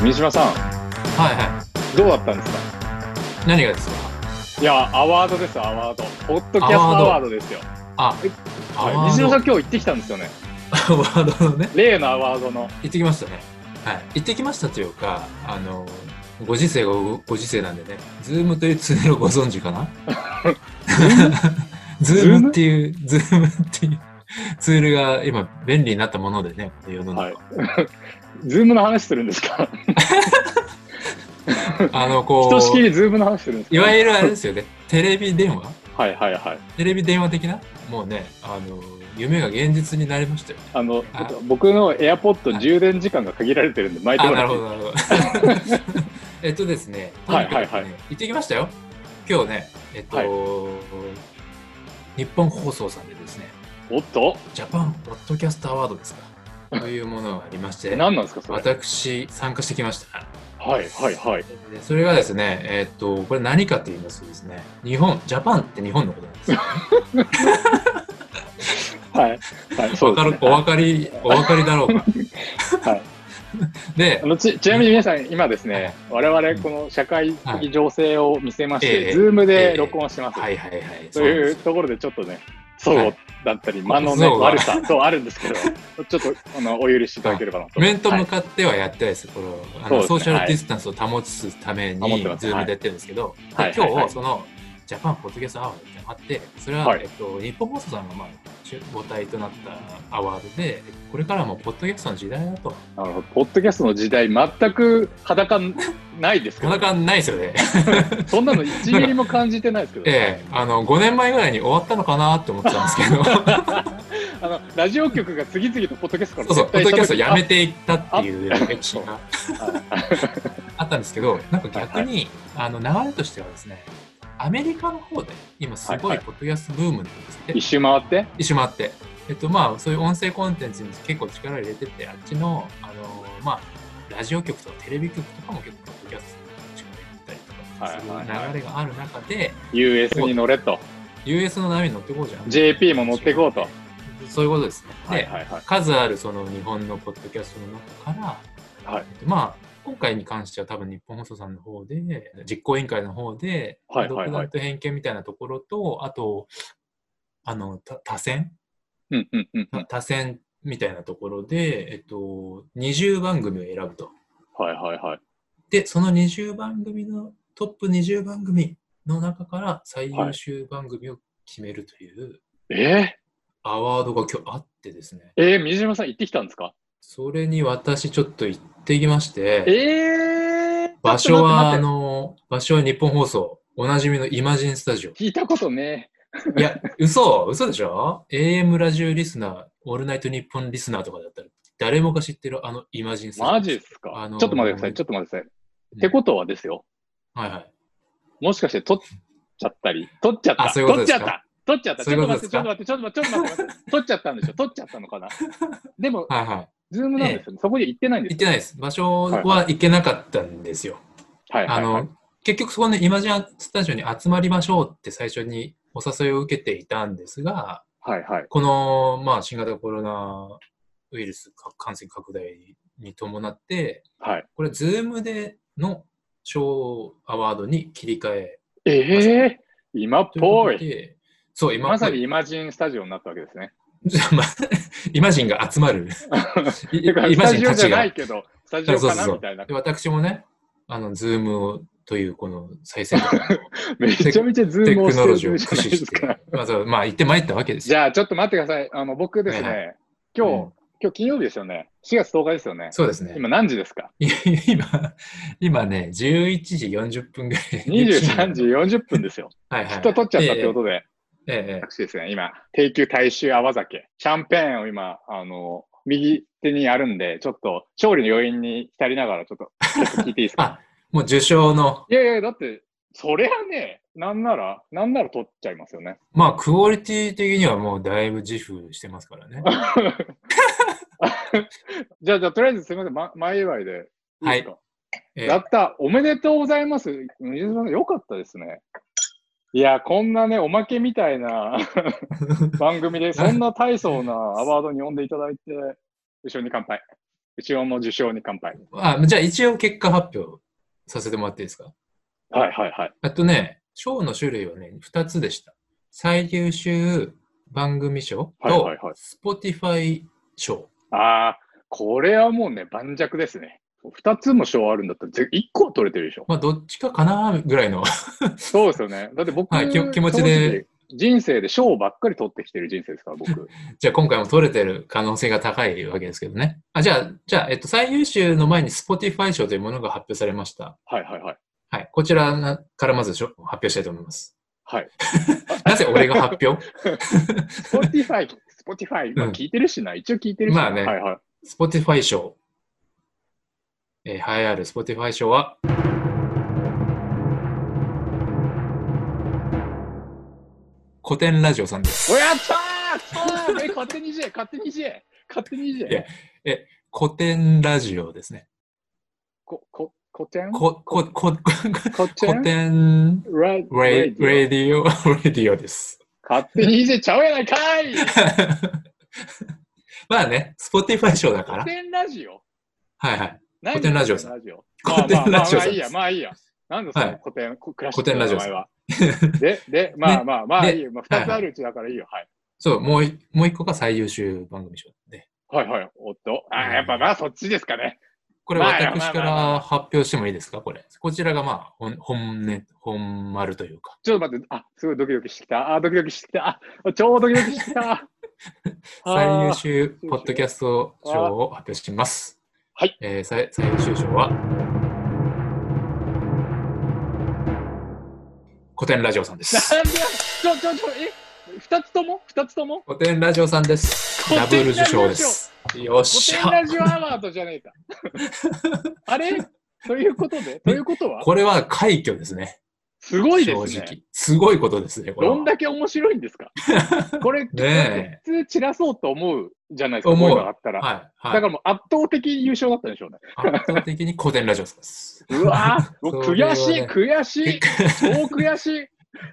三島さはいはん、どうだったんですかい。何がですかいや、アワードですよ、アワード。ポッドキャストアワードですよ。あえ、アはいワ西ー島ドさん、今日行ってきたんですよね。アワードのね、例のアワードの。行ってきましたね。はい。行ってきましたというか、あの、ご時世がごご時世なんでね、ズームというツールをご存知 かなズームっていう、ズームっていうツールが今便利になったものでね、世の中。はい。 ズームの話するんですかあの、こひとしきう、りズームの話するんですかいわゆるあれですよね、テレビ電話はいはいはい。テレビ電話的なもうね、あの、夢が現実になりましたよ。あのあ僕の AirPod 充電時間が限られてるんで、巻いてあ、もならるってほいど、いなるほど。 えっとですね、はいとにかくねはい行ってきましたよ。今日ね、えっと、はい日本放送さんでですね、おっとジャパンポッドキャストアワードで すか、というものがありまして、何なんですか、それ。はい私、参加してきました。はいはい。でそれがですね、えっと、これ何かと言いますとですね、日本、ジャパンって日本のことなんですよ。はい。はい、 そわうでかするね、お分かり、お分かりだろう か。はい であ、のちちなみに皆さん、今ですね、我々この社会的情勢を見せましはいて、ええズームで録音してます。はいはいはい。とそういなんですうよところで、ちょっとね、相互だったり、はい間のね、齟齬が悪さ、そうあるんですけど、ちょっとあのお許しいただければなと。 面とは向いかってはやってないです、このあそうのですねソーシャルディスタンスを保つために、はい保ってますズームでやってるんですけど、ではいはい今はい日、そのジャパンポッドキャストアワードっていうのがあって、それは、はいえっと、日本放送さんが、まあ、主母体となったアワードで、これからもポッドキャストの時代だと、なるほど。ポッドキャストの時代、全く裸ないですけなどかな、かないですよ ね。そんなの1ミリも感じてないですけど、ええあの5年前ぐらいに終わったのかなって思ってたんですけど、あのラジオ局が次々とポッドキャストからそうそう、ポッドキャストやめてていったっていう歴史が。 あったんですけど、なんか逆はいに、あの流れとしてはですね、アメリカの方で今すごはいいはポッドキャストブームなんですって、一周回って、一周回って。えっとまあそういう音声コンテンツに結構力を入れてて、あっちの、あのまあ、ラジオ局とかテレビ局とかも結構ポッドキャストに力を入れたりはいとはいかはいする流れがある中で、 US に乗れと、 US の波に乗ってこうじゃん。 JP も乗ってこうと。そういうことですね。で、はいはいはい。数あるその日本のポッドキャストの中から、はいえっとまあ今回に関しては多分日本放送さんの方で実行委員会の方で、はいはいはい独断と偏見みたいなところとあとあのた多選うんうんうんうん。多選みたいなところで、えっと、20番組を選ぶとはいはいはい。でその20番組のトップ20番組の中から最優秀番組を決めるというえアワードが今日あってですね、ー、えー、水島さん行ってきたんですかそれに私ちょっと行ってきましてえー、場所は、待って待って待っあての、場所は日本放送、おなじみのイマジンスタジオ。聞いたことねいや、 嘘、嘘でしょ ?AM ラジオリスナー、オールナイトニッポンリスナーとかだったら、誰もが知ってるあのイマジンスえ。タジオ。マジっすか、あのーちょっと待ってください、ちょっと待ってください。うんってことはですよ、はいはい。もしかして取っちゃったり、取っちゃった、あそういうこと取っでちすゃかった、取っちゃった、そちういょうっこととで待って、すちょかっと待って、ちょっと待って、ちょっと待って、取っちゃったんでしょ、取っちゃったのかな。でも、はいはい。ズームなんですよね、そこに行ってないんで行っすてよ。ないです。場所は行けなかったんですよ。はいはいはあいの、結局そこのイマジンスタジオに集まりましょうって最初にお誘いを受けていたんですが、はいはい。この、まあ、新型コロナウイルスか感染拡大に伴って、はい。これ、ズームでの賞アワードに切り替えええ今っというこぽとい。で、そう、今、ま さにイマジンスタジオになったわけですね。まイマジンが集 まる。いてかイスマタジンジオたじゃちないが。けど、スタジオかそうそうなそうみたいなで。私もね、あの、ズームをという、この最先 端のめちゃめちゃズテームをクしノてロるジじーゃをな駆い使でしすてか。、まあ、そうまあ、行って参ったわけですじよ。ゃあ、ちょっと待ってください。あの、僕ですね、はい今日、うん今日金曜日ですよね。4月10日ですよね。そうですね。今何時ですか今、今ね、11時40分ぐらいに。 ?23 時40分ですよ。はいはい。きっと取っちゃったってことで、ええええええ私ですね、今、低級大衆泡酒、シャンペーンを今、あの、右手にあるんで、ちょっと、勝利の余韻に浸りながら、ちょっと、ちょっと聞いていいですか あもう受賞の、いやいや、だって、それはね、なんなら、なんなら取っちゃいますよね。まあ、クオリティ的にはもうだいぶ自負してますか らね。じゃあ、じゃあ、とりあえずすみません、ま、前祝いで。いいですかえやえったおめでとうございます水島さんよかったですね。いや、こんなね、おまけみたい な番組で、そんな大層なアワードに呼んでいただいて、一緒に乾杯。一応もう受賞に乾杯。あ、じゃあ一応結果発表させてもらっていいですかはいはいはい。あとね、賞の種類はね、2つでした。最優秀番組賞はいとはいはい Spotify 賞。ああ、これはもうね、盤石ですね。二つも賞あるんだったら、ぜ一個は取れてるでしょ。まあ、どっちかかなぐらいの。 そうですよね。だって僕、はいき気持ちで正直人生で賞ばっかり取ってきてる人生ですから、僕。じゃあ今回も取れてる可能性が高いわけですけどね。あじゃあ、じゃあ、えっと、最優秀の前に Spotify 賞というものが発表されました。はいはいはい。はい。こちらなからまずしょ発表したいと思います。はい。 なぜ俺が発表 Spotify、Spotify、まうあ、ん聞いてるしな、一応聞いてるしな。まあねはいはい。 ?Spotify 賞。えー、栄えある Spotify 賞は、古典ラジオさんです。おやったーそうえ勝手にいじえ勝手にいじえ勝手にいじいやえ古典ラジオですね。こ、こ、こてんこ、こ、こ、こて古ん典ラララデジオィオ、ラディオです。勝手にいじえちゃうやないかいまあね、Spotify 賞だから古。典ラジオはいはい。何古典ラジオさん古典ラジオ。まあまあま古典ラあまあいいジオさんでや、す。まあいいや。なんでそはの古典、こクラシックの名前は。さ で、で、まあまあまあねいいよ。まあ二はいつはいあるうちだからいいよ。はい。そう、もうい、もう一個が最優秀番組賞で。はいはい。おっと。あうあ、んやっぱまあそっちですかね。これまあまあ私まかあまら発表してもいいですかこれ。こちらがまあ、ほん本音、本丸というか。ちょっと待って。あ、すごいドキドキしてきた。あ、ドキドキしてきた。あ、超ドキドキしてき た。最あ優ー秀ポッドキャスト賞を発表します。はい。えー最最優秀賞は、古典ラジオさんで す。なんでやちょ、ちょ、ちょ、え二つとも二つとも古典ラジオさんです。古ダ典ブル受賞です。よっし古典ゃ。ラジオアワードじゃねえ か。あれということでということはこれは快挙ですね。すごいで正すね。直。すごいことですね、これはどんだけ面白いんです かこれ、ね普通散らそうと思うじゃないですか、思うこいのがあったら。はい。だはかいらもう圧倒的優勝だったんでしょうね。圧倒的に古典ラジオさんです。うわぁ、もう それは悔ねしい、悔し い、超悔しい。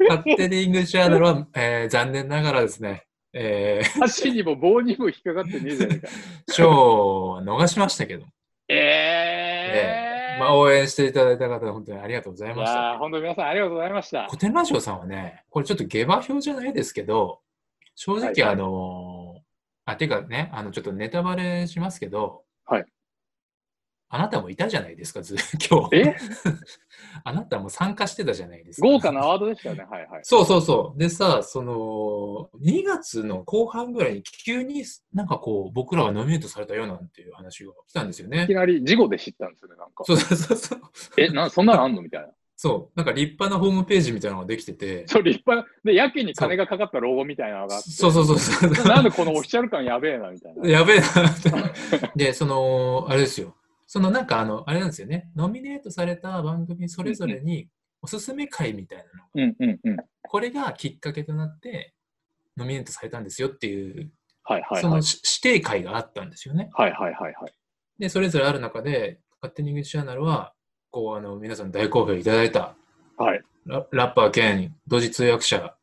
勝手にイングリッシュアナルは、えー残念ながらですね、え足にも棒にも引っかかってねえじゃねえか。ー、賞は逃しましたけど、えー。まあ、応援していただいた方、本当にありがとうございいましやーた。本当に皆さんありがとうございました。古典ラジオさんはね、これちょっと下馬評じゃないですけど、正はい直はいあのーあ、てかね、あの、ちょっとネタバレしますけど、はい。あなたもいたじゃないですか、ず今日。えあなたも参加してたじゃないですか。豪華なアワードでしたよね。はいはい。そうそうそう。でさ、その、2月の後半ぐらいに急になんかこう、僕らはノミネートされたよなんていう話が来たんですよいねき。なり事故で知ったんですよね、なんか。そうそうそうそう。え、なそんなのあんのみたいな。そう。なんか立派なホームページみたいなのができてて。そう、立派な。で、やけに金がかかった老後みたいなのがあって。そうそうそう そう。なんでこのオフィシャル感やべえな、みたいな。やべえなって。で、その、あれですよ。そのなんかあの、あれなんですよね。ノミネートされた番組それぞれにおすすめ会みたいなのが、うんうんうん。これがきっかけとなって、ノミネートされたんですよっていう、はいはいそはのい。し指定会があったんですよね。はいはいはいはい。で、それぞれある中で、勝手にグッチャンネルは、こう、あの、皆さん大好評いただいた、はい。ララッパー兼同時通訳者、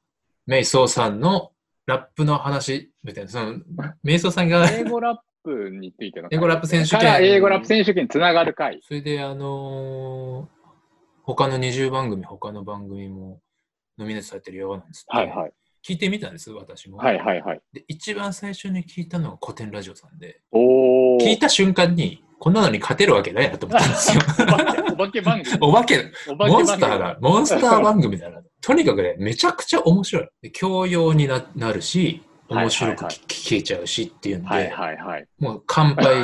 メイソウさんのラップの話、みたいな、その、メイソウさん が、英語ラップについての回ですね。英語ラップ選手権から英語ラップ選手権につながる回。それで、あのー他の20番組、他の番組もノミネートされてるよ、なんですって、はいはい。聞いてみたんです、私も。はいはいはい。で、一番最初に聞いたのが古典ラジオさんで、おー。聞いた瞬間に、こんなのに勝てるわけないなと思ったんで すよ。お化けお化け番組。 お化け、お化け番組。モンスター。だ、モンスター番組だな。とにかくね、めちゃくちゃ面白い。で教養にななるし、面は白く聞,、いはいはい聞けちゃうしっていうんで、はいはいはい。もう 乾杯、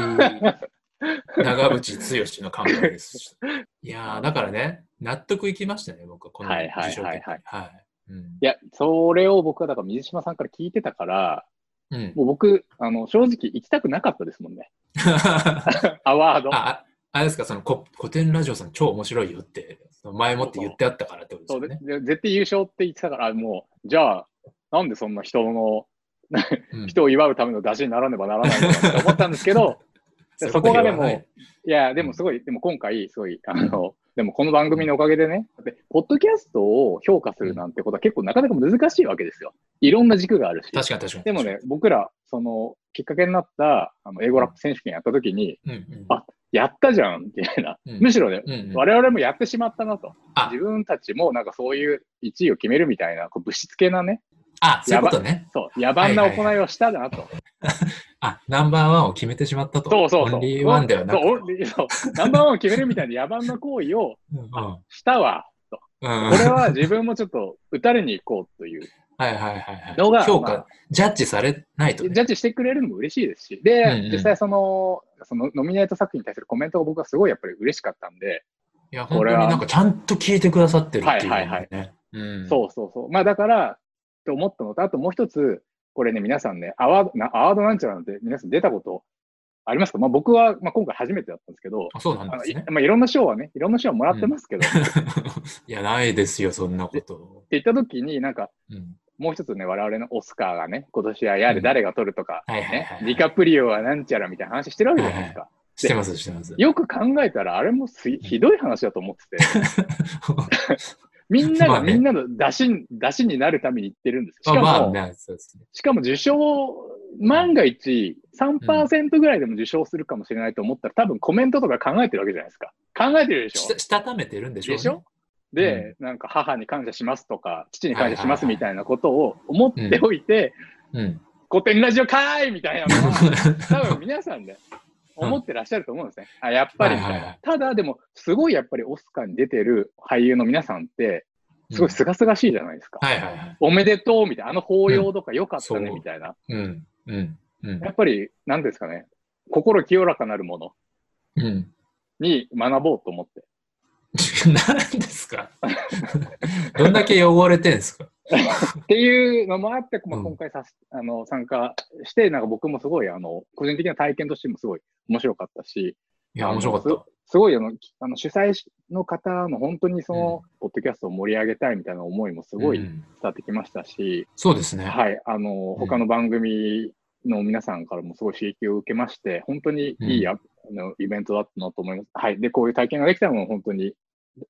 長渕剛の乾杯です。いやー、だからね、納得いきましたね、僕は、このはいはいはいはい受賞結果にはいうんいや、それを僕はだから水島さんから聞いてたから、うんもう僕、あの、正直行きたくなかったですも んね。あアワード。ああれですか、そのこ古典ラジオさん超面白いよって、その前もって言ってあったからってことですそうよでね。で絶対優勝って言ってたから、あもう、じゃあ、なんでそんな人の、うん人を祝うための出しにならねばならないのか って思ったんですけど、そこがでもそういうと言わないいや、でもすごい、でも今回、すごい、あの、でもこの番組のおかげでね、でポッドキャストを評価するなんてことは結構なかなか難しいわけですよ。いろんな軸があるし。確かに確かに。でもね、僕ら、その、きっかけになった、あの、英語ラップ選手権やった時に、うんうん、あやったじゃんみたいな。うんむしろね、うんうん、我々もやってしまったなとあ。自分たちもなんかそういう1位を決めるみたいな、こう物質系なね、あ、そういうことね。そう、野蛮な行いをしたなと。あ、ナンバーワンを決めてしまったと。そうそうそう。オンリーワンではなくそう、オンリーそうナンバーワンを決めるみたいな野蛮な行為をうんうんうんしたわ。うんこれは自分もちょっと打たれに行こうというはいはいはいのはがい。評まあ価、ジャッジされないとジね。ャッジしてくれるのも嬉しいですし、で、うんうん実際その、そのノミネート作品に対するコメントが僕はすごいやっぱり嬉しかったんで、いや、本こ当れにはなんかちゃんと聞いてくださってるっていうのがね。はいはいうん。そうそうそう。まあだから、と思ったのと、あともう一つ、これね、皆さんね、アワードなアワードなんちゃらなんて皆さん出たことありますかまあ僕は、まあ、今回初めてだったんですけど、あそうなあんのですいね。まあ、いろんな賞はね、いろんな賞はもらってますけど、っていや、ないですよ、そんなこと。言った時に、なんか、うん。もう一つね、我々のオスカーがね、今年はやれ誰が取るとか、はいはいねはいはい。ディカプリオはなんちゃらみたいな話してるわけじゃないですか。してます、してます。 よく考えたら、あれもすひどい話だと思ってて、みんな まあがねみんなの出しに出しになるために言ってるんです。しまかあまあも、ね、そうですね。しかも受賞、万が一3%ぐらいでも受賞するかもしれないと思ったら、多分コメントとか考えてるわけじゃないですか。考えてるでししょたしたためてるんでしょうねでしょで、なんか母に感謝しますとか、父に感謝しますみたいなことを思っいはいておいて、うん。古典ラジオかーいみたいな のは、多分皆さんね、うん思ってらっしゃると思うんですね。あ、やっぱりみたいな。はいはいはいただ、でも、すごいやっぱりオスカーに出てる俳優の皆さんって、すごいうん清々しいじゃないですか。はいはいはい。おめでとうみたいな、あの抱擁とか良かったねそうみたいな。うん。うん。うんやっぱり、なんていうんですかね、心清らかなるものうん。 に学ぼうと思って。何ですか どんだけ汚れてんすかっていうのもあって、まあ、うん今回さす、あの参加して、なんか僕もすごい、あの、個人的な体験としてもすごい面白かったし、いや、面白かあっのすすごいあのきあの主催の方の本当にその、ポッドキャストを盛り上げたいみたいな思いもすた。ごいうん伝わってきましたし、そうですね。はい、あの、他の番組の皆さんからもすごい刺激を受けまして、本当にいいや、あのイベントだったなと思います。はい。で、こういう体験ができたのも本当に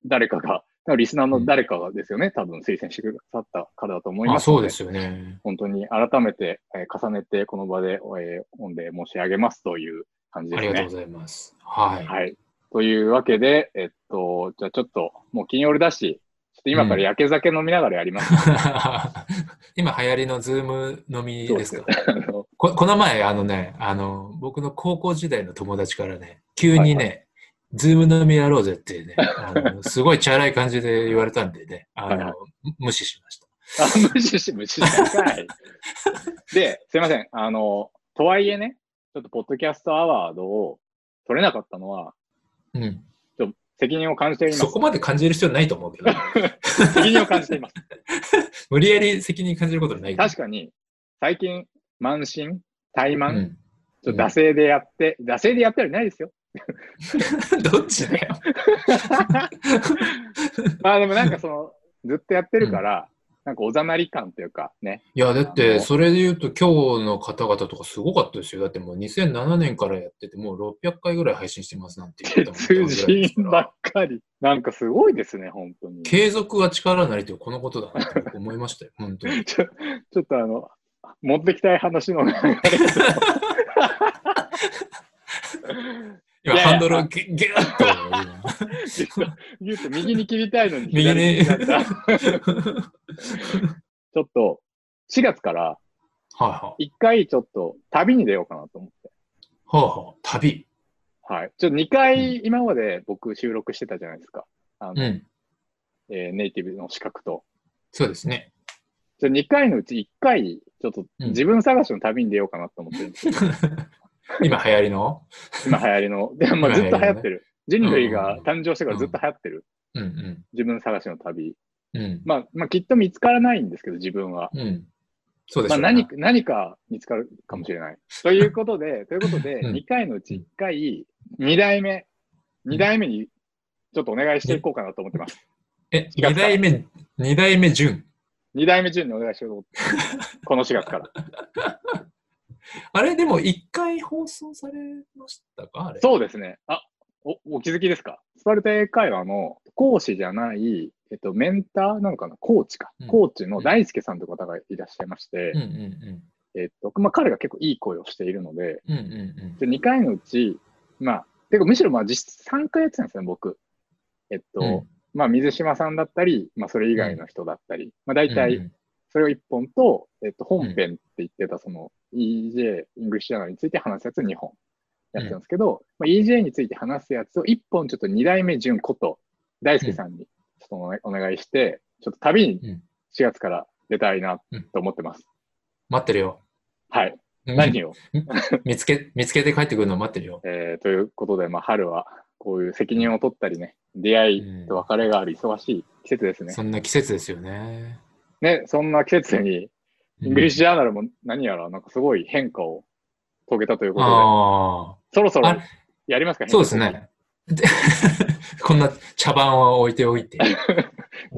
誰かが、 リスナーの誰かがですよね、多分推薦してくださった方だと思いあ、ますそのうですよね。本当に改めて、えー重ねてこの場で、えー、本で申し上げますという感じであすね。りがとうございます。はい。はい。というわけで、えっと、じゃあちょっと、もう金曜日だし、ちょっと今からやけ酒飲みながらやり ます。今流行りのズーム飲みですそかうですねあのここの前、あのね、あの、僕の高校時代の友達からね、急にね、はズーム飲みやろうぜってね、あ のすごいチャラい感じで言われたんでね、あの、はいは無視しました。あ無視し、無視したか い。で、すいません。あの、とはいえね、ちょっとポッドキャストアワードを取れなかったのは、うん。責任を感じていまそすこ。まで感じる必要ないと思うけど、責任を感じています。無理やり責任感じることない。確かに、最近、慢心、怠慢、うん ちょっと惰性でやって、惰性でやったりないですよ。どっちだよ。まあでもなんかその、ずっとやってるから、なんかおざなり感というかね。いや、だっあのて、それで言うと、今日の方々とかすごかったですよ。だってもう2007年からやってて、もう600回ぐらい配信してますなんて言ってたもん通人ぐらばいですからっかり。なんかすごいですね、本当に。ち継続は力なりというこのことだなって僕思いま したよ。本当に。ょちょっとあの、持ってきたい話の流れ今、いやいやハンドルをギュッギュッと今。 ギュッと右に切りたいのに右左に切っちゃった。ちょっと、4月からはいはい。 1回ちょっと旅に出ようかなと思って。はあはあ。旅。はい。ちょっと2回今まで僕収録してたじゃないですか。あうの、ん。えーネイティブの資格と。そうですね。じゃ2回のうち1回、ちょっとうん自分探しの旅に出ようかなと思ってるん ですよ、今流行りの今流行りの。で、まあ、今ず流行りのねっと流行ってる。人類が誕生してからうんずっと流行ってる。うん自分探しの旅。うん。うん。まあ、まあ、きっと見つからないんですけど、自分は。うん。そうでますあ、ね。何か何か見つかるかもしれない。ということで、と いうことで、うん2回のうち1回、2代目、2代目にちょっとお願いしていこうかなと思ってます。え、二代目、二代目純。 2代目順にお願いしようと思 って。この4月から。あれ、でも一回放送されましたかあれ。そうですね。あ、お、お気づきですかスパルタ英会話の講師じゃない、えっと、メンターなのかなコーチかうん。コーチの大輔さんという方がいらっしゃいましてうん、うんえっと、まあ、彼が結構いい声をしているので、うん。うんうんで2回のうち、まあ、てかむしろまあ実質3回やってたんですね、僕。えっと、うん。うんまあ、水島さんだったり、まあ、それ以外の人だったり、まあ、大体、それを1本と、えっと、本編って言ってた、その EJ、イングリッシュジャーナルについて話すやつ2本やってたんですけど、まあ、EJ について話すやつを1本ちょっと2代目純こと、大輔さんにちょっとお願いお願いして、ちょっと旅にうん4月から出たいなと思ってます。待ってるよ。はい。何をを、見つけ、見つけて帰ってくるの待ってるよ。えーということで、まあ、春はこういう責任を取ったりね、出会いと別れがある忙しい季節ですね。そんな季節ですよね。ね、そんな季節に、イングリッシュジュャーナルも何やらなんかすごい変化を遂げたということで、あそろそあろやりますかあ、そうです。ね。で こんな茶番は置いておいて。変化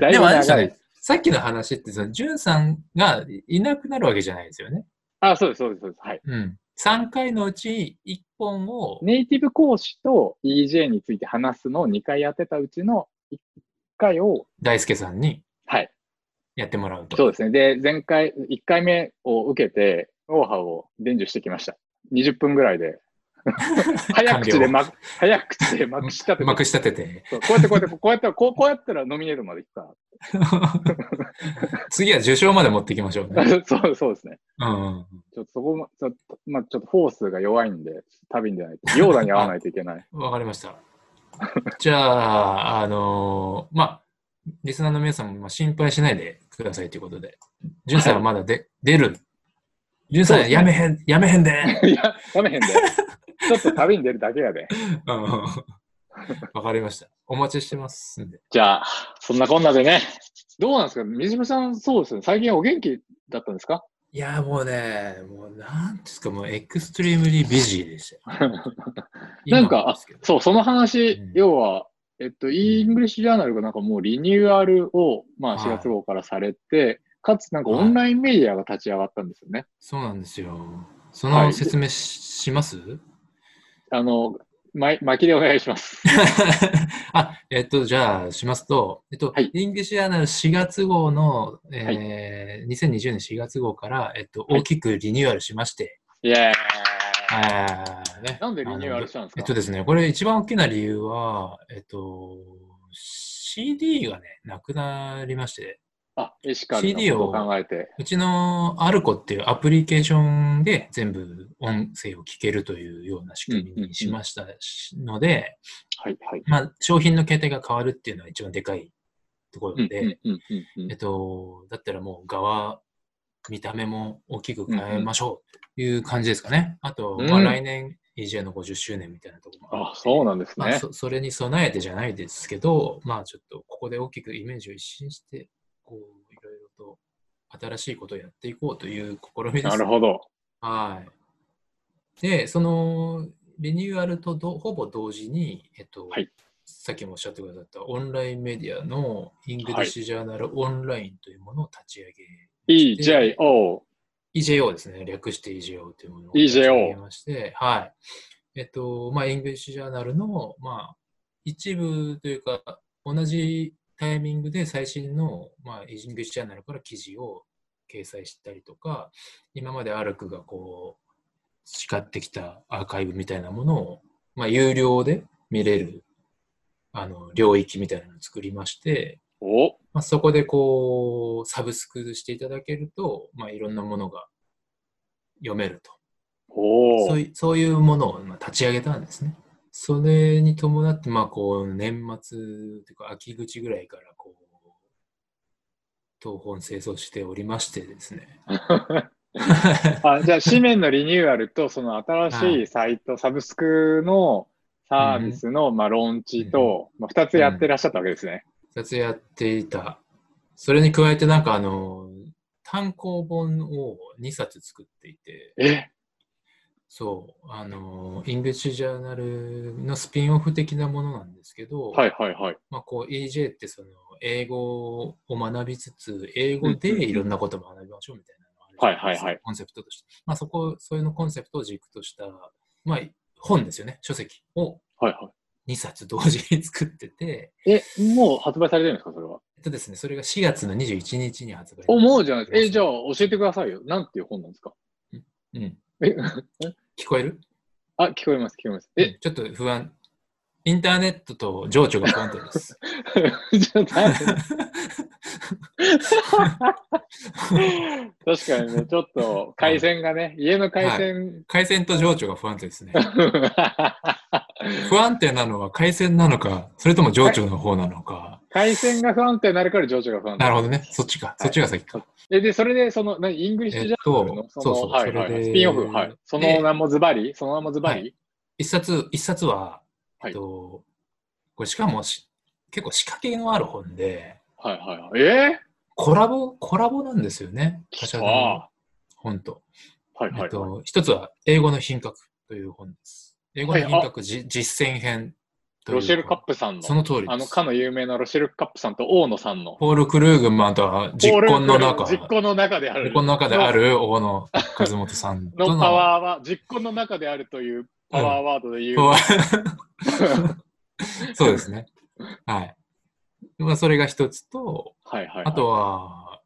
で球もだあいぶれですよ長い。ね、さっきの話ってその、ジュンさんがいなくなるわけじゃないですよね。あ、そうです、そうです、そうです。はい。うん。3回のうち1本を、ネイティブ講師と EJ について話すのを2回やってたうちの1回を、大輔さんにはい。やってもらうと。そうですね。で、前回、1回目を受けて、ノウハウを伝授してきました。20分ぐらい で。早口で、ま、早口でまくしたてうてまく仕立てて。そうこうやってこうやって、こうやったら、こうこうやったらノミネートまでいくか次は受賞まで持っていきましょうら。ね。 そう、そうですね。うん。ちょっとそこも、ちょっと、まあ、ちょっとフォースが弱いんで、旅に出ないと、ヨーダに合わないといけ ない。わかりました。じゃあ、あのーまあ、リスナーの皆さんもまあ心配しないでくださいということで、ジュンさんはまだで、出る。ジュンさ、そうんですねやめへん、やめへんで。いや、ダメへんで。ちょっと旅に出るだけやで。うん わかりました。お待ちしてますんで。じゃあ、そんなこんなでね。どうなんですか水島さん、そうですね。最近お元気だったんですかいや、もうね、もう、なんですか、もう、エクストリームリービジーでした なよ。んか今もですけどそう、その話、うん要は、えっと、イングリッシュジャーナルがなんかもうリニューアルを、まあはい4月号からされて、かつなんかはオいンラインメディアが立ち上がったんですよね。そうなんですよ。そはのい説明し,、ますあの、ま、巻きでお願いし ます。 あ、えっと、じゃあ、しますと、えっと、はいイングリッシュアナル4月号の、えー2020年4月号から、えっと、はい大きくリニューアルしまして、イェーイあーねなんでリニューアルしたんですえっかとですね、これ一番大きな理由は、えっと、CD がね、なくなりまして、あ、エシカルな CD ことをを考えて。うちのアルコっていうアプリケーションで全部音声を聞けるというような仕組みにしましたしので、はい、はい。まあ、商品の形態が変わるっていうのは一番でかいとこうろん、で、うん、うん、うんえっと、だったらもう側、見た目も大きく変えましょうという感じですかね。あと、まあ、うん来年 EJ の50周年みたいなところうん。もあ、そうなんですまあね。そ、それに備えてじゃないですけど、まあちょっとここで大きくイメージを一新して、こう、いろいろと新しいことをやっていこうという試みです。なるほど。はい。で、そのリニューアルとどほぼ同時に、えっと、はいさっきもおっしゃってくださったオンラインメディアのイングリッシュジャーナルオンラインというものを立ち上げ、 EJO。 EJO ですね、略して EJO というものを EJO 立ち上げまして、はい。えっと、まあ、イングリッシュジャーナルの、まあ、一部というか、同じタイミングで最新の、まあ、イングリッシュジャーナルから記事を掲載したりとか、今までアルクがこう、培ってきたアーカイブみたいなものを、まあ、有料で見れる、あの、領域みたいなのを作りまして、おまあ、そこでこう、サブスクしていただけると、まあ、いろんなものが読めると。おそうーいそういうものをまあ立ち上げたんですね。それに伴って、まあ、こう、年末というか、秋口ぐらいから、こう、東本清掃しておりましてですね。 あじゃあ、紙面のリニューアルと、その新しいサイト、サブスクのサービスの、まあ、ローンチと、まあ、2つやってらっしゃったわけですね。撮影やっていた。それに加えて、なんかあの、単行本を2冊作っていて、えそう、あの、イングリッシュジャーナルのスピンオフ的なものなんですけど、はいはいはい。まあ、こう EJ ってその英語を学びつつ、英語でいろんなことを学びましょうみたいなのがあるじゃないですかはいはいはいコンセプトとして。まあ、そこ、そういうのコンセプトを軸とした、まあ、本ですよね、書籍をはいはい。 2冊同時に作ってて、え、もう発売されてるんですか、それは。えっとですね、それが4月の21日に発売。お、もうじゃないですか。え、じゃあ教えてくださいよ。なんていう本なんですかうん。え、聞こえるあ、聞こえます、聞こえます。 え、うんちょっと不安。インターネットと情緒が不安定です。じゃあなんで 確かにね、ちょっと回線がね、家の回線、回線と情緒が不安定ですね。不安定なのは回線なのか、それとも情緒の方なのか。 回線が不安定になるから情緒が不安定。なるほどね。そっちか。そっちが先か。え、で、それで、その、何、イングリッシュジャーナルえっの、とその、そうそうはいはいそはれい、でスピンオフ、はい。その名もズバリ、その名もズバリ、はい一冊、一冊は、はいえっと、これしかもし結構仕掛けのある本で、はいはいはい。えコラボ、コラボなんですよね。他社のあ本と。ー、はいはい、えはいっと、一つは、英語の品格という本です。英語の品格じ実践編というロシェル・カッププさんその、の通りです。あの、かの有名なロシェル・カップさんと大野さんの、ポール・クルーグマンとは実行の中、実行の中である。実行の中である大野和元さ んのとパワーは、実行の中であるというパワーワードで言う。パワー そうですね。はい。まあ、それが一つと、はいはい、はい。あとは、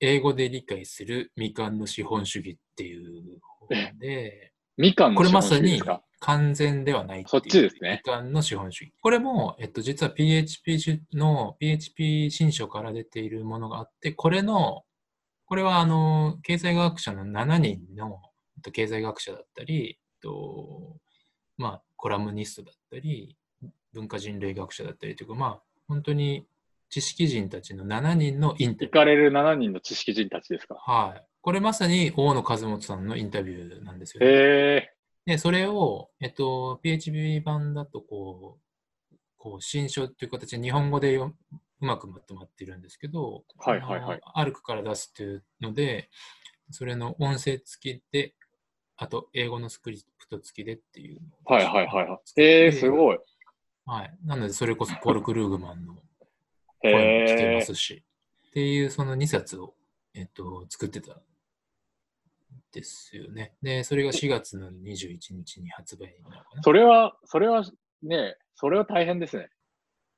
英語で理解する未完の資本主義っていう本で、みかんのこれまさ資本主義でにすか完全ではないっていうそっちですね。未完の資本主義。これも、えっと、実は PHP しの PHP 新書から出ているものがあって、これの、これはあの、経済学者の7人のえっと経済学者だったり、えっとまあ、コラムニストだったり、文化人類学者だったりというか、まあ、本当に知識人たちの7人のインタビュー行かれる7人の知識人たちですか。はい。これまさに大野和元さんのインタビューなんですよね。へで、それを、えっと、PHP 版だと、こう、こう、新書という形で日本語でようまくまとまっているんですけど、はいはいはいあの。アルクから出すというので、それの音声付きで、あと、英語のスクリプト付きでっていうのを。ー。はいはいはいはい。えー、すごい。はい。なので、それこそポール・クルーグマンの声も聞けまへー。すし、っていうその2冊を、えっと、作ってたんですよね。で、それが4月の21日に発売なのかな。それは、それはね、それは大変ですね。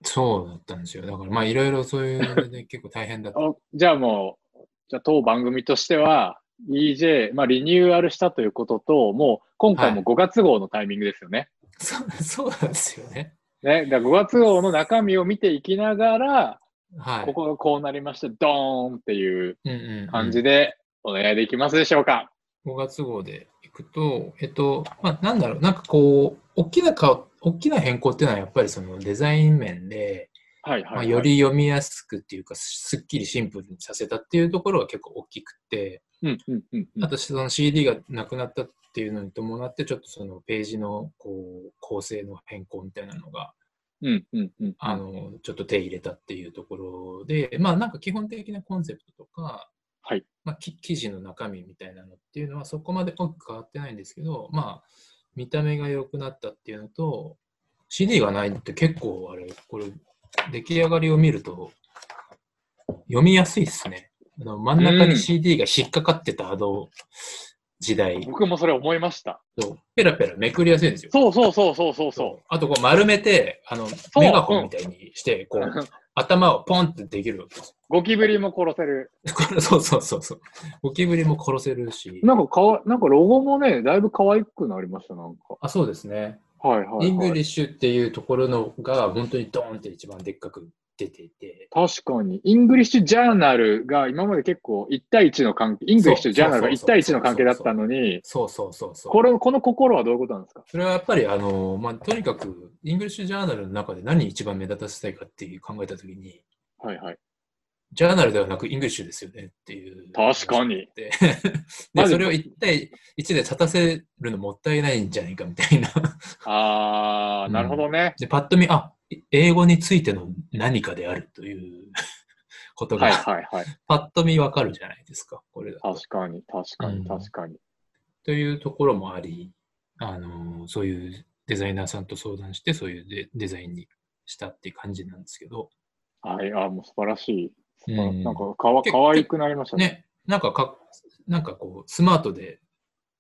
そうだったんですよ。だからまあいろいろそういうので結構大 変だった。あじゃあもう、じゃあ当番組としては、EJ、まあ、リニューアルしたということと、もう今回もはい5月号のタイミングですよね。そうそうなんですよね。ねだ5月号の中身を見ていきながら、はい。ここがこうなりまして、ドーンっていううんうんうん感じでお願いできますでしょうか。 5月号でいくと、えっと、まあ、なんだろう、なんかこう、大きなか、大きな変更っていうのはやっぱりそのデザイン面で、はいはい、まはあ、い。より読みやすくっていうか、すっきりシンプルにさせたっていうところが結構大きくて、うんうんうんうんあとその CD がなくなったっていうのに伴って、ちょっとそのページのこう構成の変更みたいなのが、うんうんうん。あの、ちょっと手入れたっていうところで、まあなんか基本的なコンセプトとか、はいまあ、き記事の中身みたいなのっていうのはそこまで大きく変わってないんですけど、まあ見た目が良くなったっていうのと、CD がないって結構あれ、これ出来上がりを見ると読みやすいですね。あの真ん中うんに CD が引っかかってたあの時代僕もそれ思いました。とペラペラめくりやすいんですよ。そうそうそうそうそうそあとこう丸めて、あの、うメガホンみたいにして、こう。う、頭をポンってできるわけ です。 ゴキブリも殺せる。これそうそうそうそう。ゴキブリも殺せるし。なんかかわ、なんかロゴもね、だいぶ可愛くなりました、なんか。あそうですね。はいはい、はい。イングリッシュっていうところのが本当にドーンって一番でっかく出ていて。確かに。イングリッシュジャーナルが今まで結構1対1の関係、イングリッシュジャーナルが1対1の関係だったのに、そうそうそうそう。これ、この心はどういうことなんですかそれはやっぱりあの、まあ、とにかく、イングリッシュジャーナルの中で何一番目立たせたいかっていう考えたときに、はいはい。ジャーナルではなくイングリッシュですよねっていう。確かに。でまで、ずそれを1対1で立たせるのもったいないんじゃないかみたいな。あー、なるほどね。で、パッと見、あ、英語についての何かであるという ことはいが、はいはい。パッと見わかるじゃないですか、これだと。確かに、確かうに、ん確かに。というところもあり、あの、そういうデザイナーさんと相談して、そういうデデザインにしたっていう感じなんですけど、はい、あーもう素晴らしい。素晴らうんなんかかわ、け可愛くなりましたね。ね、なんかか、なんかこう、スマートで、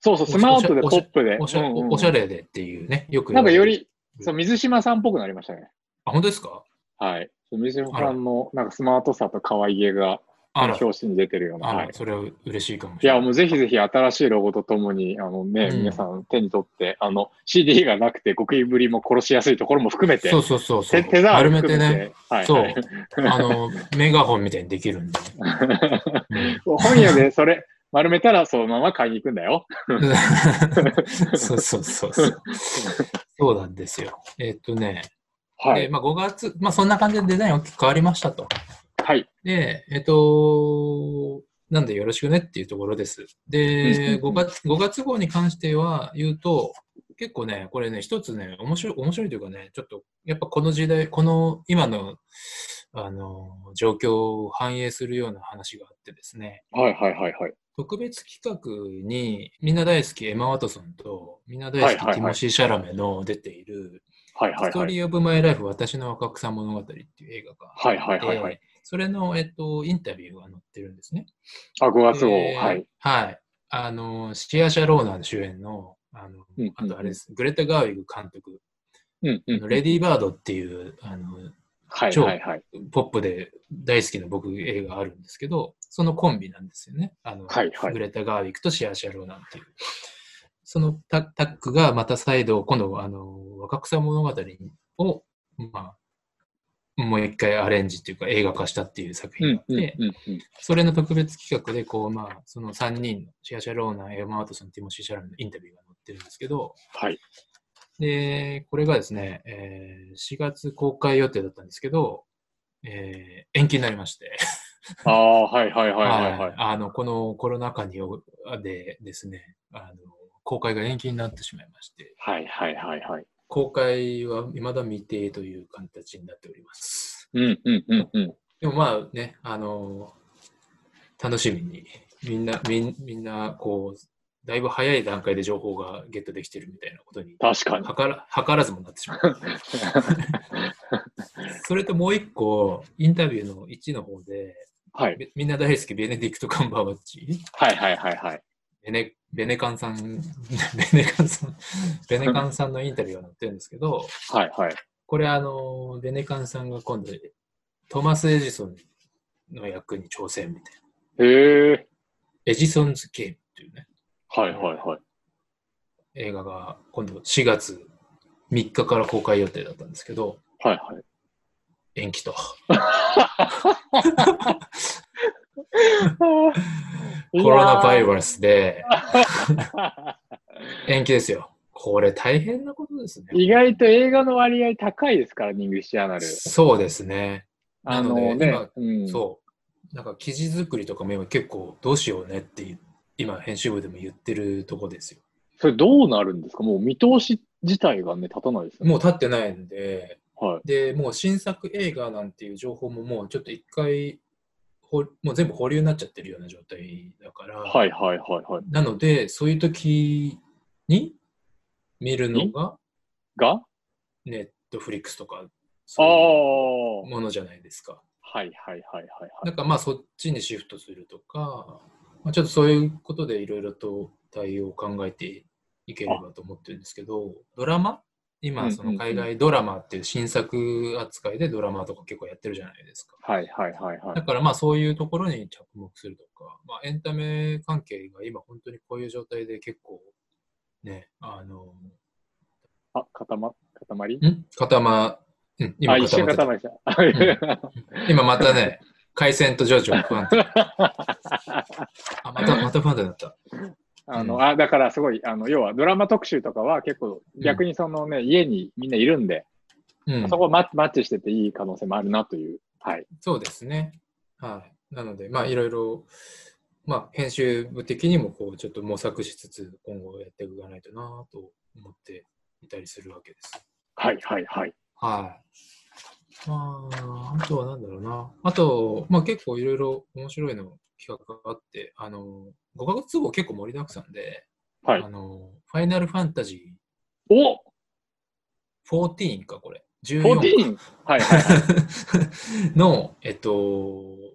そうそう、おしスマートでポおしゃップで。おしゃ,、うんうんおしゃれでっていうね、よくなんかより、そう、水島さんっぽくなりましたね。あ、本当ですかはい。水島さんの、なんかスマートさと可愛げが、あら、表紙に出てるような。あはいら、。それは嬉しいかもしいれない。や、もうぜひぜひ新しいロゴとともに、あのね、うん皆さん手に取って、あの、CD がなくて、ゴキブリも殺しやすいところも含めて、そうそうそうそう。手手触り丸もめて含めて、ね、はい、そうはい。 あの、メガホンみたいにできるんで。うん本屋でそれ、丸めたらそのまま買いに行くんだよ。そうそうそうそう。そうなんですよ。えっとね、はでい。まあ、5月、まあ、そんな感じでデザイン大きく変わりましたと。はい。で、えっと、なんでよろしくねっていうところです。で、うん5月 ,5 月号に関しては言うと、結構ね、これね、一つね、面白い、面白いというかね、ちょっと、やっぱこの時代、この今の、あの、状況を反映するような話があってですね、はいはいはいはい。特別企画に、みんな大好きエマ・ワトソンと、みんな大好はいはいはきいティモシー・シャラメの出ている、はいはいストーはリい。ー・オブ・マイ・ライフ、私の若草物語っていう映画がはいはいではいはい。それの、えっと、インタビューが載ってるんですね。あ、5月号。ではい。。はい。あの、シア・シャローナ主演の、うあのんうんうん、あとあれです、グレタ・ガーウィグ監督、うんうあんの。レディー・バードっていう、あの、はいはいはい。ポップで大好きな僕映画あるんですけど、そのコンビなんですよね。あの、はいはいグレタ・ガーウィックとシア・シャローナっていう。そのタタッグがまた再度、今度、あの、若草物語を、まあ、もう一回アレンジっていうか映画化したっていう作う品があんって、うんうんうん。それの特別企画で、こう、まあ、その3人の、シア・シャローナ、エマ・ワトソン、ティモシー・シャラメのインタビューが載ってるんですけど、はい。で、これがですね、えー4月公開予定だったんですけど、えー延期になりまして、ああ、はいはいはいはいはい。あの、このコロナ禍によでですね、あの、公開が延期になってしまいまして、はいはいはいはい。公開は未だ未定という形になっております。うんうんうんうん。でもまあね、あの、楽しみに、みんな、みんみんな、こう、だいぶ早い段階で情報がゲットできてるみたいなことに確 かに。はから、はからずもなってしまう。それともう一個、インタビューの1の方で、はい。べみんな大好き、ベネディクト・カンバーバッチ。はいはいはいはい。ベネ、ベネカンさん、ベネカンさん、ベネカンさんのインタビューが載ってるんですけど、はいはい。これあの、ベネカンさんが今度、トマス・エジソンの役に挑戦みたいな。へえ。エジソンズ・ゲームっていうね、はいはいはい。映画が今度4月3日から公開予定だったんですけど、はいはい。 延期と。コロナバイババスでス。延期ですよ。これ大変なことですね。意外と映画の割合高いですから、イングリッシュアナル。そうですね。あなののでね、うん、そう。なんか記事作りとかも今結構どうしようねって言う今編集部でも言ってるとこですよ。それどうなるんですかもう見通し自体がね、立たないですよね。もう立ってないんで、はい。で、もう新作映画なんていう情報ももうちょっと一回、ほもう全部保留になっちゃってるような状態だから、はいはいはいはい。なので、そういう時に見るのががネットフリックスとか、あそういうあ。はいものじゃないですか。はいはいはいは。ないんかまあそっちにシフトするとか、まあ、ちょっとそういうことでいろいろと対応を考えていければと思ってるんですけど、ドラマうんう今んその海外ドラマっていう新作扱いでドラマとか結構やってるじゃないですか。はいはいはいはだい。からまあそういうところに着目するとか、まあエンタメ関係が今本当にこういう状態で結構ね、あの、あ、固ま、固まりん固ま、うん、今あ、一固瞬まって固たまりした。 あ今またね、回線と情緒が不 安定。あ、また、また不安定になった。うの、んあ、だからすごい、あの、要はドラマ特集とかは結構逆にそのね、家にみんないるんで、うんそこマッマッチしてていい可能性もあるなという。はい。そうですね。はい。なので、まあ、いろいろ、まあ、編集部的にも、こう、ちょっと模索しつつ、今後やっていかないとなと思っていたりするわけです。はいはいはい。はい。まあ、あとはなんだろうな。あと、まあ、結構いろいろ面白いの企画があって、あの、5月号結構盛りだくさんで、はいあの、ファイナルファンタジおー14か、これ。14 14! はいはいはい。の、えっと、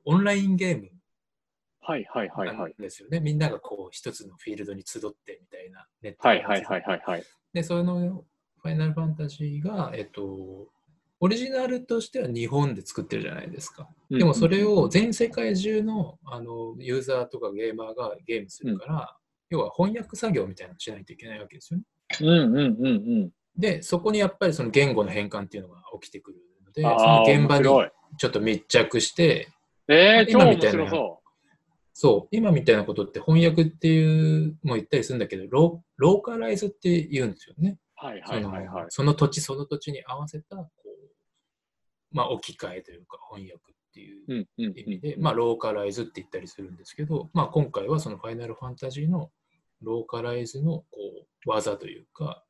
オンラインゲーム はいはいはいはい。なんですよね。みんながこう一つのフィールドに集ってみたいなネットはいはいはいはいはい。で、そのファイナルファンタジーが、えっと、オリジナルとしては日本で作ってるじゃないですか。でもそれを全世界中のあのユーザーとかゲーマーがゲームするから、要は翻訳作業みたいなのしないといけないわけですよね。うんうんうんうん。で、そこにやっぱりその言語の変換っていうのが起きてくるので、そあのー面現場に白い。ちょっと密着して、えー、超今面みたいな白そそう、今みたいなことって翻訳っていうも言ったりするんだけど、ロローカライズって言うんですよね。う。はいはいはいはいそのその土地その土地に合わせた、こう、まあ置き換えというか翻訳っていう。うんうんうん意味で、まあ、ローカライズって言ったりするんですけど、まあ、今回はそのファイナルファンタジーのローカライズのこう技というか、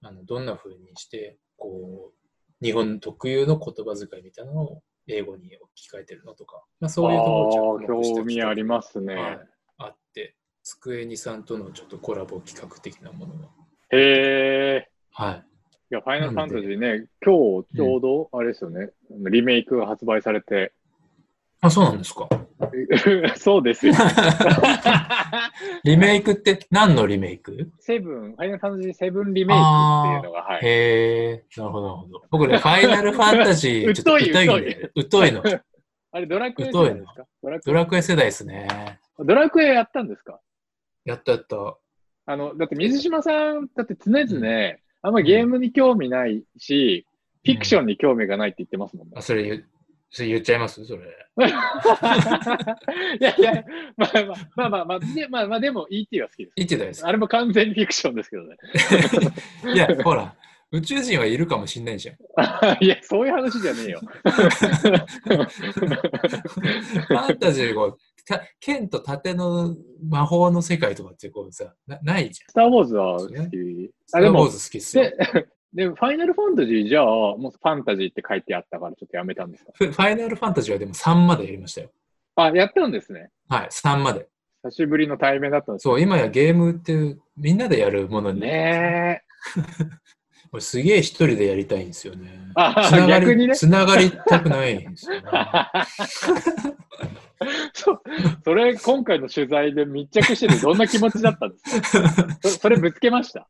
あのどんな風にして、こう、日本特有の言葉遣いみたいなのを英語に置き換えてるのとか、まあ、そういうところをあ着ー目した興味ありますね。はいあって、机にさんとのちょっとコラボ企画的なものが。へえ。はい。いや、ファイナルファンタジーね、今日ちょうど、あれですよね、リメイクが発売されて、 あ、そうなんですか。そうですよ。リメイクって何のリメイクセブン、ファイナルファンタジーセブンリメイクっていうのが、はい。へえ、なるほど、なるほど。僕ね、ファイナルファンタ ジー、うっといちょっと疎いんで、疎いの。あれ、ドラクエ世代ですかドラクドラクエ世代ですね。エドラクエやったんですかやったやった。あの、だって水島さん、だって常々、あんまゲームに興味ないし、フィクションに興味がないって言ってますもんねあ、。それ言う、それ言っちゃいますそれ。 いやいや、まあまあまあまあ、でまあまあでも ET は好きです。言ってたですあ。れも完全にフィクションですけどね。 い や、ほら、宇宙人はいるかもしんない じゃん。いや、そういう話じゃねえよ。ファンタジーでこう、た剣と盾の魔法の世界とかってこうさ、なないじゃん。スター・ウォーズは好き。スタあー・でウォーもズ好きっすよで。で、ファイナルファンタジーじゃあ、もうファンタジーって書いてあったからちょっとやめたんですかフファイナルファンタジーはでも3までやりましたよ。あ、やったんですね。はい、3まで。久しぶりの対面だったんですそう、今やゲームっていうみんなでやるものになってますねねえ。俺すげえ一人でやりたいんですよね。あつなが逆にねり、つながりたくないんですよ、 ね。そうそれ、今回の取材で密着してて、どんな気持ちだったんですかそそれぶつけました。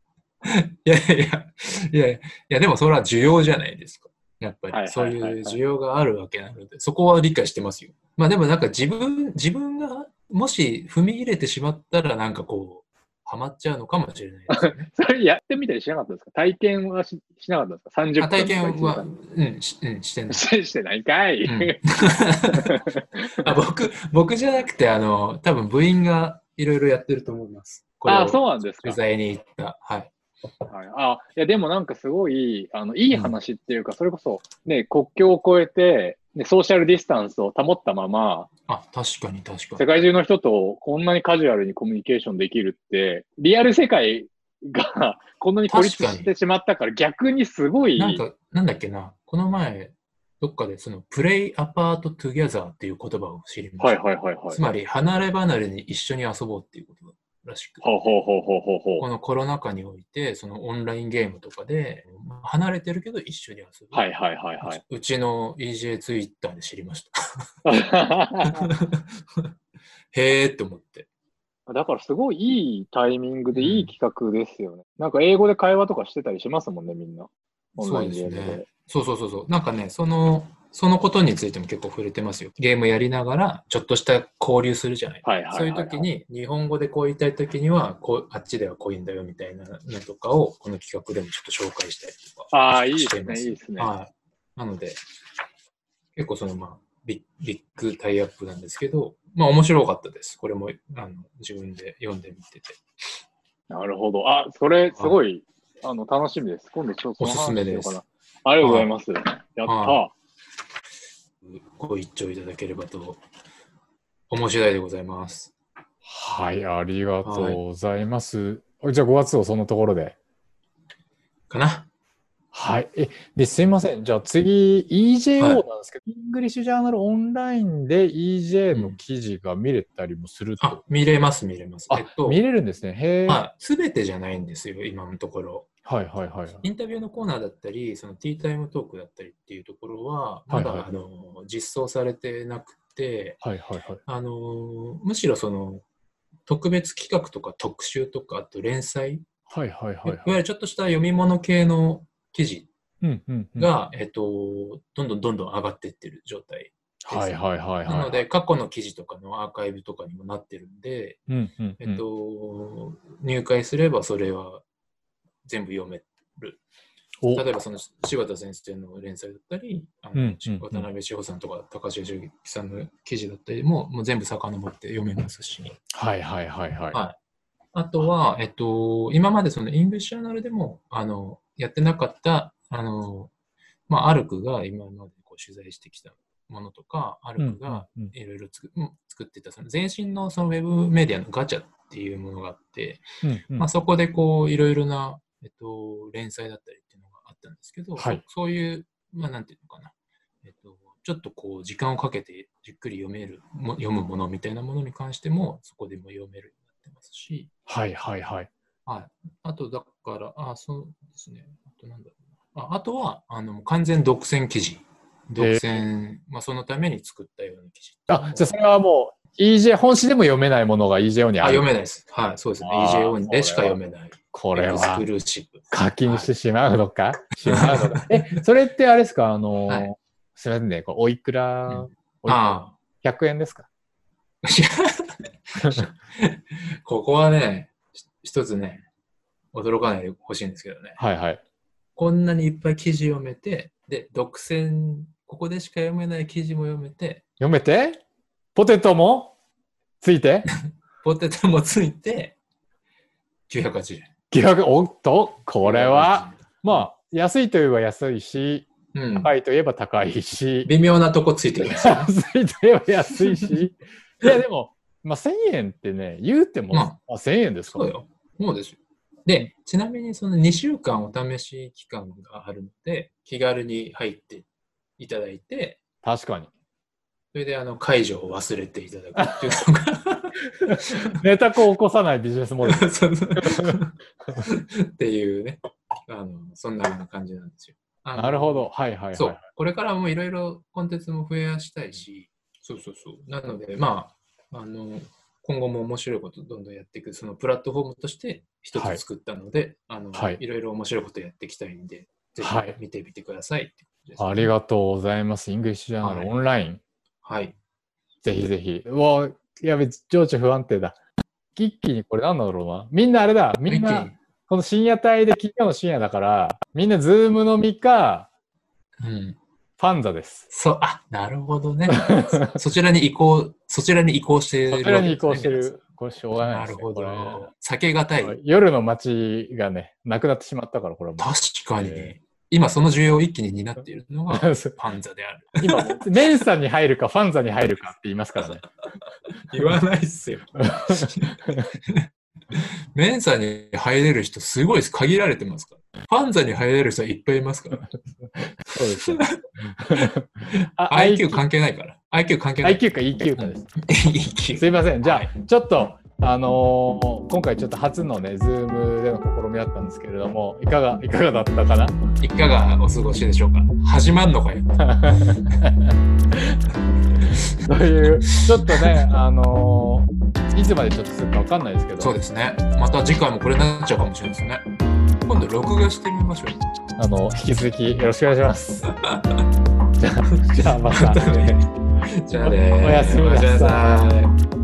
いやいやいや、いやいや、でもそれは需要じゃないですか。やっぱはいはいはいはり、いそういう需要があるわけなので、そこは理解してますよ。まあでもなんか自分、自分がもし踏み入れてしまったら、なんかこう、ハマっちゃうのかもしれないですよね。それやってみたりしなかったですか体験はししなかったですか ?30 分とかあ体験は、 1うん、し,、うん、してない。時間してないかい、うんあ僕、僕じゃなくて、あの、多分部員がいろいろやってると思います。これをあ、そうなんですか取。材に行った。はい。はい、あいやでもなんかすごいあのいい話っていうか、それこそ、ね、国境を越えて、ね、ソーシャルディスタンスを保ったまま、あ、確かに確か世に。界中の人とこんなにカジュアルにコミュニケーションできるって、リアル世界が こんなに孤立確かにしてしまったから、逆にすごい、なんか、なんだっけな、この前、どっかでその、プレイアパートトゥギャザーっていう言葉を知りまはいした。はいはいはいつ。まり、離れ離れに一緒に遊ぼうっていうことらしく。ほうほうほうほうほうほこう。のコロナ禍において、そのオンラインゲームとかで、離れてるけど一緒に遊ぶ。はいはいはいうはちい。うちの EJ ツイッターで知りました。へーって思って。 だからすごいいいタイミングでいい企画ですよね。なんか英語で会話とかしてたりしますもんね、みんな。オンそライうンでゲーすムで。ね。そうそうそうそう。なんかね、その、そのことについても結構触れてますよ。ゲームやりながら、ちょっとした交流するじゃない。はいはいはいはいそういう時に、日本語でこう言いたい時には、こう、あっちではこう言うんだよみたいなのとかを、この企画でもちょっと紹介したりとか。ああ、いいでしてすいまね、すいいですね。はい。なので、結構その、まあ、ビッビッグタイアップなんですけど、まあ面白かったです。これも、あの、自分で読んでみてて。なるほど。あ、それ、すごい、あの、楽しみです。今度、ちょっとおすすそめので話しよすうかな。ありがとうございます。やった。はご一聴いただければと、面白いでございます。はい、ありがとうございます。じゃあ5月をそのところで。かなはい。え、で、すいません。じゃあ次、EJO なんですけど、イングリッシュジャーナルオンラインで EJ の記事が見れたりもするあと。、見れます、見れます。あ、えっと、見れるんですね。へえ、まあ、すべてじゃないんですよ、今のところ。はいはいはい。インタビューのコーナーだったり、そのティータイムトークだったりっていうところは、まだ、はいはいあの実装されてなくて、はいはいはい。あのむしろその特別企画とか特集とか、あと連載はいはいはいいわはゆい。るちょっとした読み物系の記事うんうんうん、が、えっと、どんどんどんどん上がってってる状態。はいはいはいはい。なので、、過去の記事とかのアーカイブとかにもなってるんで、うんうんうえっん、と、入会すればそれは全部読めお例えばその柴田先生の連載だったり、あのうんうんうん渡辺志保さんとか高橋由樹さんの記事だったりも、もう全部遡って読めますし、はいはいはいはい。はいあとは、えっと、今までそのイングリッシュアナルでもあのやってなかった、あの、まあ、アルクが今までこう取材してきたものとか、アうんルクがうんうんいろいろつくうん作ってた、その前身のそのウェブメディアのガチャっていうものがあって、うんうんまあ、そこでこういろいろな、えっと、連載だったりっていうのがあったんですけど、はいそそういう、まあ、なんていうのかな、えっと、ちょっとこう時間をかけてじっくり読めるも読むものみたいなものに関してもそこでも読めるようになってますし、はいはいはい。はい、あとだからあそうですねあとなんだろうなああとはあの完全独占記事独占、まあ、そのために作ったような記事あ、じゃあそれはもう EJ、本誌でも読めないものが EJO にあある。読めないです。はい、そうですね。あー EJO でしか読めない。これエクスはクルーシブ。課金してしまうのか、しまうのか。え、それってあれですかあの、はいすみませんね。これおいくら、うおいくらああ、 100円ですかここはね、ひ一つね、驚かないでほしいんですけどね。はいはい。こんなにいっぱい記事読めて、で、独占、ここでしか読めない記事も読めて、読めてポテトもついてポテトもついて、980円。 900おっと、これは、まあ、あ、安いといえば安いし、うん、高いといえば高いし、微妙なとこついてるんですよ。 安いといえば安い し。いや、でも、まあ、1000円ってね、言うても、うんあ1000円ですかそらうよ。そうですよ。で、ちなみにその2週間お試し期間があるので、気軽に入っていただいて、確かに。それであの解除を忘れていただくっていうのがネタこを起こさないビジネスモデ ル。そのっていうねあの、そんなような感じなんですよ。あのなるほど。はいはいはい。そう、これからもいろいろコンテンツも増やしたいし、そうそうそう。なので、まあ、あの今後も面白いことどんどんやっていく、そのプラットフォームとして一はいつ作ったので、いあのはいい、ろいろ面白いことやっていきたいんで、ぜひはい見てみてくださいってことですね、ありがとうございます。イングリッシュジャーナルはいオンライン。はい。ぜひぜひ。うわ、やべ、情緒不安定だ。一気にこれなんだろうな。みんなあれだ。みんミッな、この深夜帯で金曜の深夜だから、みんなズームのみか、キーうんファンザ です。そう、あ、なるほどね。そそちらに移行、そちらに移行してる、そちらに移行して。る。これしょうがないなでするねほこれど。避けがたい。確夜の街がね、なくなってしまったから、これはもかに、え今その需要を一気に担っているの がう。 そうパンザである。今、メンサに入るか、ファンザに入るかって言いますからね。言わないっすよ。 メンサに入れる人すごいです。限られてますから。ファンザに入れる人はいっぱいいますから。そうですね。 あ IQ 関係ないから。IQ 関係ない。 IQ か EQ かです。す IQ。いません。じゃあ、はいちょっと、あのー今回ちょっと初のね、ズームでの試みだったんですけれども、いかが、いかがだったかな いかがお過ごしでしょうか始まんのかよ。という、ちょっとね、あのーいつまでちょっとするかわかんないですけど、そうですね。また次回もこれになっちゃうかもしれないですね。今度録画してみましょう。あの、引き続きよろしくお願いします。じゃあ、じゃあまた。じゃあね。おやすみなさいおやすみなさい。